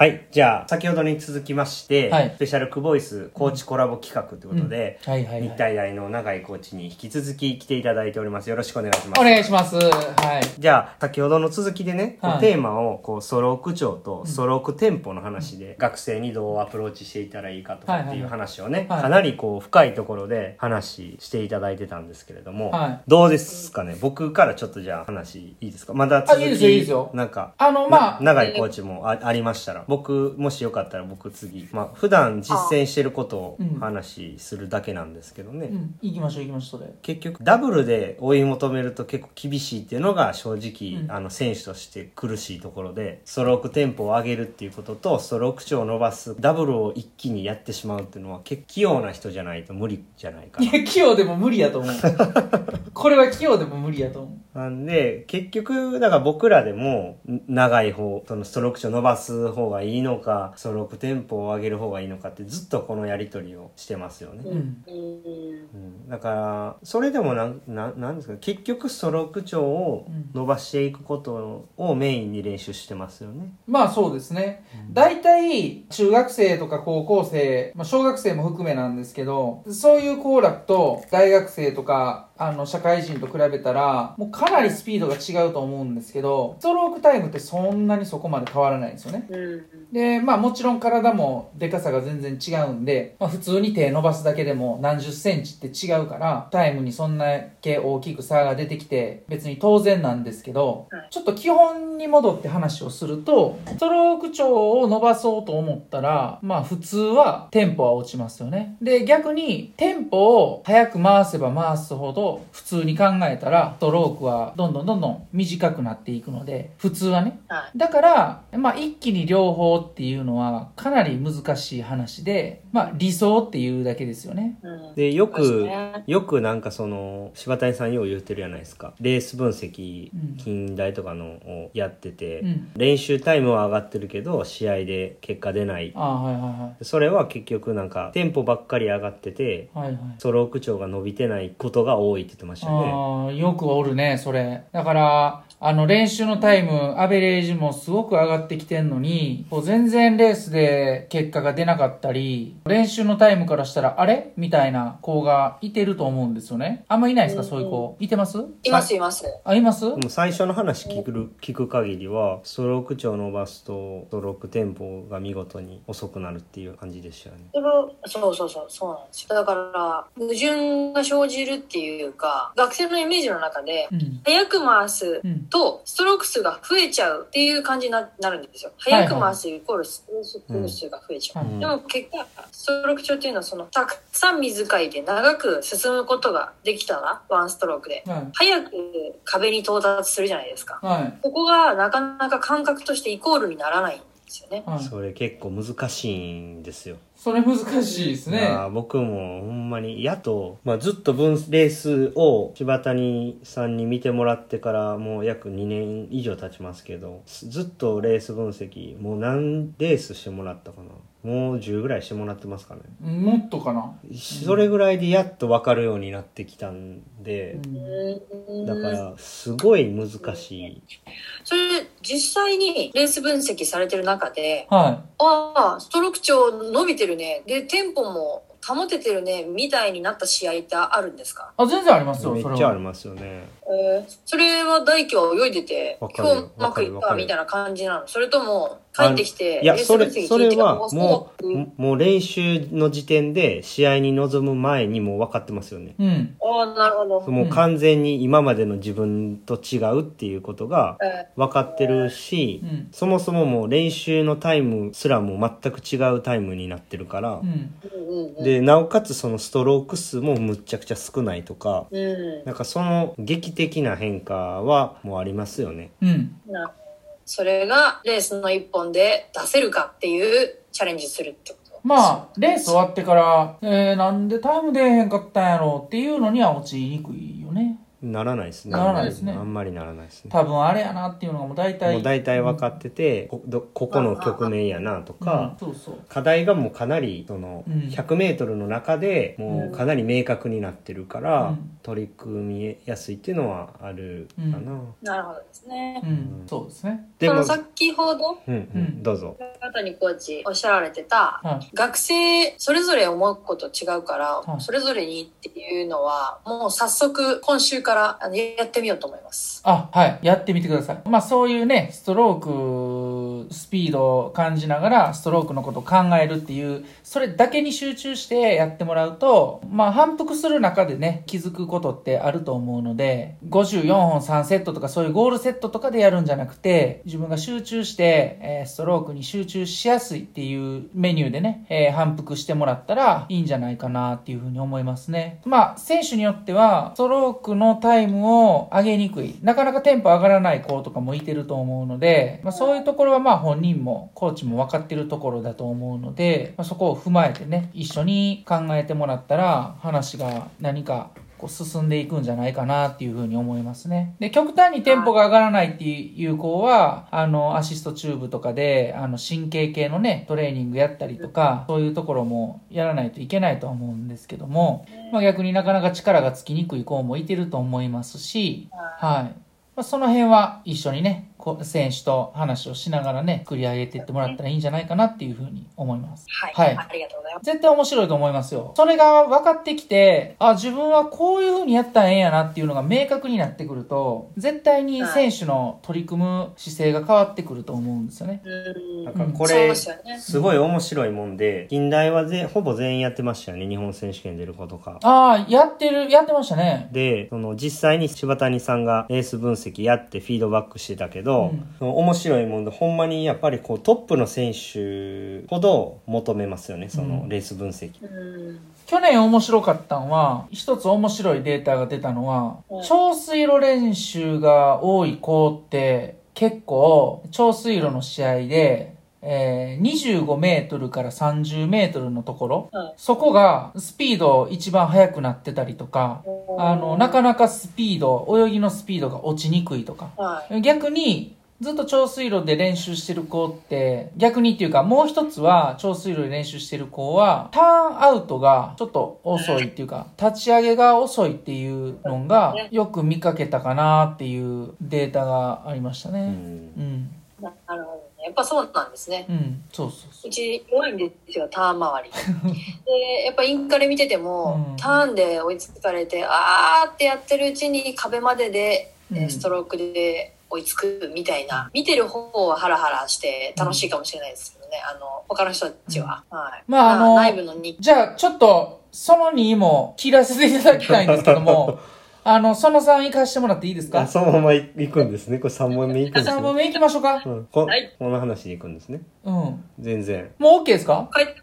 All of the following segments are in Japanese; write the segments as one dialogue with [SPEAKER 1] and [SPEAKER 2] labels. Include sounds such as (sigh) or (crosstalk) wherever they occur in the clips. [SPEAKER 1] はい。じゃあ、先ほどに続きまして、
[SPEAKER 2] はい
[SPEAKER 1] スペシャルクボイスコーチコラボ企画ということで、
[SPEAKER 2] うんはいはいはい
[SPEAKER 1] 日体大の永井コーチに引き続き来ていただいております。よろしくお願いします。
[SPEAKER 2] お願いします。はい。
[SPEAKER 1] じゃあ、先ほどの続きでね、こう
[SPEAKER 2] はい
[SPEAKER 1] テーマを、こう、スローク長とスローク店舗の話で、学生にどうアプローチしていったらいいかとかっていう話をね、
[SPEAKER 2] はいはいはい
[SPEAKER 1] かなりこう、深いところで話していただいてたんですけれども、
[SPEAKER 2] はい
[SPEAKER 1] どうですかね僕からちょっとじゃあ話いいですかまだ続き、
[SPEAKER 2] あいいですよいいですよ
[SPEAKER 1] なんか、
[SPEAKER 2] あの、まあ、
[SPEAKER 1] な長井コーチもあありましたら僕もしよかったら僕次まあ普段実践してることを
[SPEAKER 2] うん
[SPEAKER 1] 話するだけなんですけどね、
[SPEAKER 2] うん、行きましょう行きましょう、それ。
[SPEAKER 1] 結局ダブルで追い求めると結構厳しいっていうのが正直、
[SPEAKER 2] うん
[SPEAKER 1] あの選手として苦しいところでストロークテンポを上げるっていうこととストローク長を伸ばすダブルを一気にやってしまうっていうのは結構器用な人じゃないと無理じゃないかない
[SPEAKER 2] や、器用でも無理やと思う。 (laughs) これは器用でも無理やと思
[SPEAKER 1] なんで、結局、だから僕らでも、ん長い方、そのストローク値を伸ばす方がいいのか、ストロークテンポを上げる方がいいのかってずっとこのやりとりをしてますよね。
[SPEAKER 2] ん
[SPEAKER 3] うん
[SPEAKER 1] うんだから、それでもなん、なん、なんですか、結局ストローク長を伸ばしていくことをメインに練習してますよね。
[SPEAKER 2] う。まあそうですね。大体、中学生とか高校生、まあ小学生も含めなんですけど、そういう行楽と大学生とか、あの、社会人と比べたら、もうかなりスピードが違うと思うんですけど、ストロークタイムってそんなにそこまで変わらないんですよね。
[SPEAKER 3] うん
[SPEAKER 2] で、まあもちろん体もでかさが全然違うんで、まあ普通に手伸ばすだけでも何十センチって違うから、タイムにそんなけ大きく差が出てきて、別に当然なんですけど
[SPEAKER 3] はい、
[SPEAKER 2] ちょっと基本に戻って話をすると、ストローク長を伸ばそうと思ったら、まあ普通はテンポは落ちますよね。で、逆にテンポを早く回せば回すほど、普通に考えたら、ストロークはどんどんどんどん短くなっていくので、普通はね、
[SPEAKER 3] はい
[SPEAKER 2] だから、まあ、一気に両方っていうのはかなり難しい話で、まあ、理想っていうだけですよね。
[SPEAKER 3] うん
[SPEAKER 1] で、よ
[SPEAKER 3] そうです
[SPEAKER 1] く、
[SPEAKER 3] ね
[SPEAKER 1] よくなんかその、柴谷さんよう言ってるじゃないですか。レース分析
[SPEAKER 2] うん、
[SPEAKER 1] 近代とかのをやってて、
[SPEAKER 2] うん。
[SPEAKER 1] 練習タイムは上がってるけど試合で結果出ない
[SPEAKER 2] ああ、はいは
[SPEAKER 1] それは結局なんかテンポばっかり上がってて
[SPEAKER 2] いはい。はいはい。
[SPEAKER 1] ストローク長が伸びてないことが多いって言ってましたよね
[SPEAKER 2] ああ、よくおるね、それ。だから、あの、練習のタイム、アベレージもすごく上がってきてんのに、こう全然レースで結果が出なかったり、練習のタイムからしたら、あれみたいな子がいてると思うんですよね。あんまいないですか、そういう子。いてます
[SPEAKER 3] いますいます
[SPEAKER 2] あ、います
[SPEAKER 1] でも最初の話聞く聞く限りはストローク長を伸ばすとストロークテンポが見事に遅くなるっていう感じでしたよね
[SPEAKER 3] それをそうそうそうそうなんですよだから矛盾が生じるっていうか学生のイメージの中で
[SPEAKER 2] うん。
[SPEAKER 3] 早く回す
[SPEAKER 2] うん。
[SPEAKER 3] とストローク数が増えちゃうっていう感じにななるんですよ
[SPEAKER 2] はいはい
[SPEAKER 3] 早く回すイコールストローク数が増えちゃう、
[SPEAKER 2] はい
[SPEAKER 1] うん
[SPEAKER 3] でも結果ストローク長っていうのはそのたくさん水替えで長く進むことができたらワンストロークで
[SPEAKER 2] はい。
[SPEAKER 3] 早く壁に到達するじゃないですか
[SPEAKER 2] はい。
[SPEAKER 3] ここがなかなか感覚としてイコールにならないんですよね
[SPEAKER 2] はい。
[SPEAKER 1] それ結構難しいんですよ、
[SPEAKER 2] それ難しいですね。
[SPEAKER 1] まあ僕もほんまにやと、まあ、ずっと分レースを柴谷さんに見てもらってからもう約2年以上経ちますけどすずっとレース分析もう何レースしてもらったかなもう10ぐらいしてもらってますかね
[SPEAKER 2] もっとかな。
[SPEAKER 1] それぐらいでやっと分かるようになってきたん
[SPEAKER 2] う
[SPEAKER 1] で、
[SPEAKER 2] ん
[SPEAKER 1] だからすごい難しい
[SPEAKER 3] それ実際にレース分析されてる中で
[SPEAKER 2] は
[SPEAKER 3] ああストローク長伸びてるねでテンポも保ててるねみたいになった試合ってあるんですか、
[SPEAKER 2] い。あ、全然ありますよ、
[SPEAKER 1] めっ
[SPEAKER 2] それ
[SPEAKER 1] ちゃあり
[SPEAKER 2] は。
[SPEAKER 1] ますよね
[SPEAKER 3] えーそれは大輝は泳いでて
[SPEAKER 1] わかる
[SPEAKER 3] 今日うま
[SPEAKER 1] わか
[SPEAKER 3] く
[SPEAKER 1] る
[SPEAKER 3] いっ
[SPEAKER 1] わか
[SPEAKER 3] た
[SPEAKER 1] る
[SPEAKER 3] みたいな感じなのそれとも帰ってきて
[SPEAKER 1] いや
[SPEAKER 3] レース
[SPEAKER 1] それ
[SPEAKER 3] 分析
[SPEAKER 1] そ
[SPEAKER 3] 聞い
[SPEAKER 1] れ
[SPEAKER 3] てから
[SPEAKER 1] は
[SPEAKER 3] もう
[SPEAKER 1] も
[SPEAKER 3] そう
[SPEAKER 1] う
[SPEAKER 3] うん
[SPEAKER 1] もう練習の時点で試合に臨む前にもう分かってますよね
[SPEAKER 2] うん。
[SPEAKER 3] ああなるほど、
[SPEAKER 1] もう完全に今までの自分と違うっていうことが
[SPEAKER 3] え
[SPEAKER 1] 分かってるし、
[SPEAKER 2] うん
[SPEAKER 1] そもそももう練習のタイムすらもう全く違うタイムになってるから
[SPEAKER 2] う、ん。
[SPEAKER 3] ーうんうんうん
[SPEAKER 1] でなおかつそのストローク数もむっちゃくちゃ少ないとか、
[SPEAKER 3] うん
[SPEAKER 1] なんかその劇的な変化はもうありますよね。
[SPEAKER 2] うん。
[SPEAKER 3] なそれがレースの一本で出せるかっていうチャレンジするってこと
[SPEAKER 2] まあ、レース終わってから、えー、なんでタイム出えへんかったんやろうっていうのには陥りにくいよね。
[SPEAKER 1] ならないですね
[SPEAKER 2] ならないですね
[SPEAKER 1] あんまりならないですね
[SPEAKER 2] 多分あれやなっていうのがもう大体
[SPEAKER 1] もう大体分かってて、こどここの局面やなとか、
[SPEAKER 2] うんそうそう
[SPEAKER 1] 課題がもうかなりその
[SPEAKER 2] うん
[SPEAKER 1] 100m の中でもうかなり明確になってるから、
[SPEAKER 2] うん
[SPEAKER 1] 取り組みやすいっていうのはあるかな、
[SPEAKER 2] う
[SPEAKER 3] なるほどですね
[SPEAKER 2] う。んそうですね
[SPEAKER 1] で
[SPEAKER 3] そ
[SPEAKER 1] も
[SPEAKER 3] の先ほど、
[SPEAKER 1] うんうん
[SPEAKER 2] うん
[SPEAKER 1] どうぞ
[SPEAKER 3] 中谷コーチおっしゃられてた、
[SPEAKER 2] はい
[SPEAKER 3] 学生それぞれ思うこと違うから、
[SPEAKER 2] はい
[SPEAKER 3] それぞれにっていうのは、もう早速今週からあのやってみようと思います。
[SPEAKER 2] あはいやってみてくださいまあそういうねストロークスピードを感じながらストロークのことを考えるっていうそれだけに集中してやってもらうとまあ反復する中でね気づくことってあると思うので54本3セットとかそういうゴールセットとかでやるんじゃなくて自分が集中して、えーストロークに集中しやすいっていうメニューでね、えー反復してもらったらいいんじゃないかなっていうふうに思いますねまあ選手によってはストロークのタイムを上げにくいなかなかテンポ上がらない子とかもいてると思うので、まあ、そういうところはまあ本人もコーチも分かってるところだと思うので、まあ、そこを踏まえてね一緒に考えてもらったら話が何かこう進んでいくんじゃないかなっていうふうに思いますね。で、極端にテンポが上がらないっていう子は、あの、アシストチューブとかで、あの、神経系のね、トレーニングやったりとか、そういうところもやらないといけないとは思うんですけども、まあ逆になかなか力がつきにくい子もいてると思いますし、はい。まあ、その辺は一緒にね、こ選手と話をしながらね、繰り上げていってもらったらいいんじゃないかなっていうふうに思います。
[SPEAKER 3] はい、
[SPEAKER 2] はい
[SPEAKER 3] ありがとうございます。
[SPEAKER 2] 絶対面白いと思いますよ。それが分かってきて、あ、自分はこういう風にやったらええんやなっていうのが明確になってくると、絶対に選手の取り組む姿勢が変わってくると思うんですよね。
[SPEAKER 3] うん
[SPEAKER 1] なんか
[SPEAKER 2] うん
[SPEAKER 1] こ
[SPEAKER 3] そう
[SPEAKER 1] れ、
[SPEAKER 3] ですよね。
[SPEAKER 1] すごい面白いもんで近代はぜほぼ全員やってましたよね日本選手権出る子とか
[SPEAKER 2] ああ、やってる、やってましたね。
[SPEAKER 1] でその実際に柴谷さんがレース分析やってフィードバックしてたけど、
[SPEAKER 2] うん
[SPEAKER 1] その面白いもんでほんまにやっぱりこうトップの選手ほど求めますよねそのレース分析、
[SPEAKER 3] うん
[SPEAKER 2] 去年面白かったのは、一つ面白いデータが出たのは
[SPEAKER 3] うん、
[SPEAKER 2] 超水路練習が多い子って、結構、超水路の試合で、えー25メートルから30メートルのところ、
[SPEAKER 3] うん
[SPEAKER 2] そこがスピード一番速くなってたりとか、あの、なかなかスピード、泳ぎのスピードが落ちにくいとか。
[SPEAKER 3] はい。
[SPEAKER 2] 逆に、ずっと超水路で練習してる子って、逆にっていうか、もう一つは、超水路で練習してる子は、ターンアウトがちょっと遅いっていうか、立ち上げが遅いっていうのが、よく見かけたかなっていうデータがありました
[SPEAKER 1] う
[SPEAKER 2] ね。
[SPEAKER 1] ん
[SPEAKER 2] うん。
[SPEAKER 3] ななるほどね。やっぱそうなんですね。
[SPEAKER 2] うん。そうそうそう
[SPEAKER 3] うち弱いんですよ、ターン周り。で、やっぱインカレ見てても、
[SPEAKER 2] うん
[SPEAKER 3] ターンで追いつかれて、あーってやってるうちに壁までで、えー
[SPEAKER 2] うん
[SPEAKER 3] ストロークで追いつくみたいな、見てる方はハラハラして楽しいかもしれないですけどね、あの、他の人たちは。はい。
[SPEAKER 2] まああの
[SPEAKER 3] 内部の日
[SPEAKER 2] じゃあ、ちょっと、その2も切らせていただきたいんですけども、あの、その3行かしてもらっていいです
[SPEAKER 1] あ
[SPEAKER 2] か
[SPEAKER 1] そのまま行くんですねこれ3本目行くんです
[SPEAKER 2] 3本
[SPEAKER 1] ね
[SPEAKER 2] 目行きましょうか。
[SPEAKER 1] うん、こ
[SPEAKER 3] はい
[SPEAKER 1] この話で行くんですね
[SPEAKER 2] うん。も
[SPEAKER 1] 全然
[SPEAKER 2] う OK ですか
[SPEAKER 3] 帰って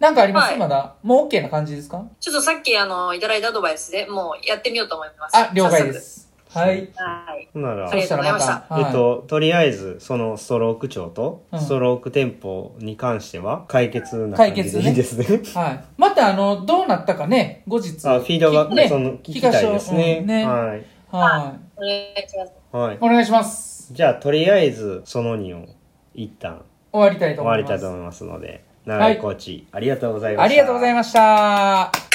[SPEAKER 2] なんかあります、
[SPEAKER 3] はい
[SPEAKER 2] まだ。もう OK な感じですか
[SPEAKER 3] ちょっとさっき、あの、いただいたアドバイスでもうやってみようと思います。
[SPEAKER 2] あ、了解で
[SPEAKER 3] 早速。
[SPEAKER 2] す。はい。
[SPEAKER 3] はい。
[SPEAKER 1] ほんなら
[SPEAKER 3] ありがとうございました
[SPEAKER 2] はい
[SPEAKER 1] えっと、とりあえず、そのストローク長と
[SPEAKER 2] うん、
[SPEAKER 1] ストロークテンポに関しては、解決な感じでいいですね。 (laughs)
[SPEAKER 2] はい。また、あの、どうなったかね、後日。
[SPEAKER 1] あ、フィードバック、
[SPEAKER 2] ね
[SPEAKER 1] その、聞きたいです
[SPEAKER 2] 聞かしょう
[SPEAKER 1] ね
[SPEAKER 2] うん。ね
[SPEAKER 1] はい。
[SPEAKER 2] は
[SPEAKER 3] お願いします。
[SPEAKER 1] はい
[SPEAKER 2] い。。お願いします。
[SPEAKER 1] じゃあ、とりあえず、その2を、一旦、
[SPEAKER 2] 終わりたいと
[SPEAKER 1] 終
[SPEAKER 2] 思
[SPEAKER 1] わ
[SPEAKER 2] い
[SPEAKER 1] り
[SPEAKER 2] ま
[SPEAKER 1] たい
[SPEAKER 2] す
[SPEAKER 1] と。思いますので、長井コーチ、ありがとうございました。
[SPEAKER 2] ありがとうございました。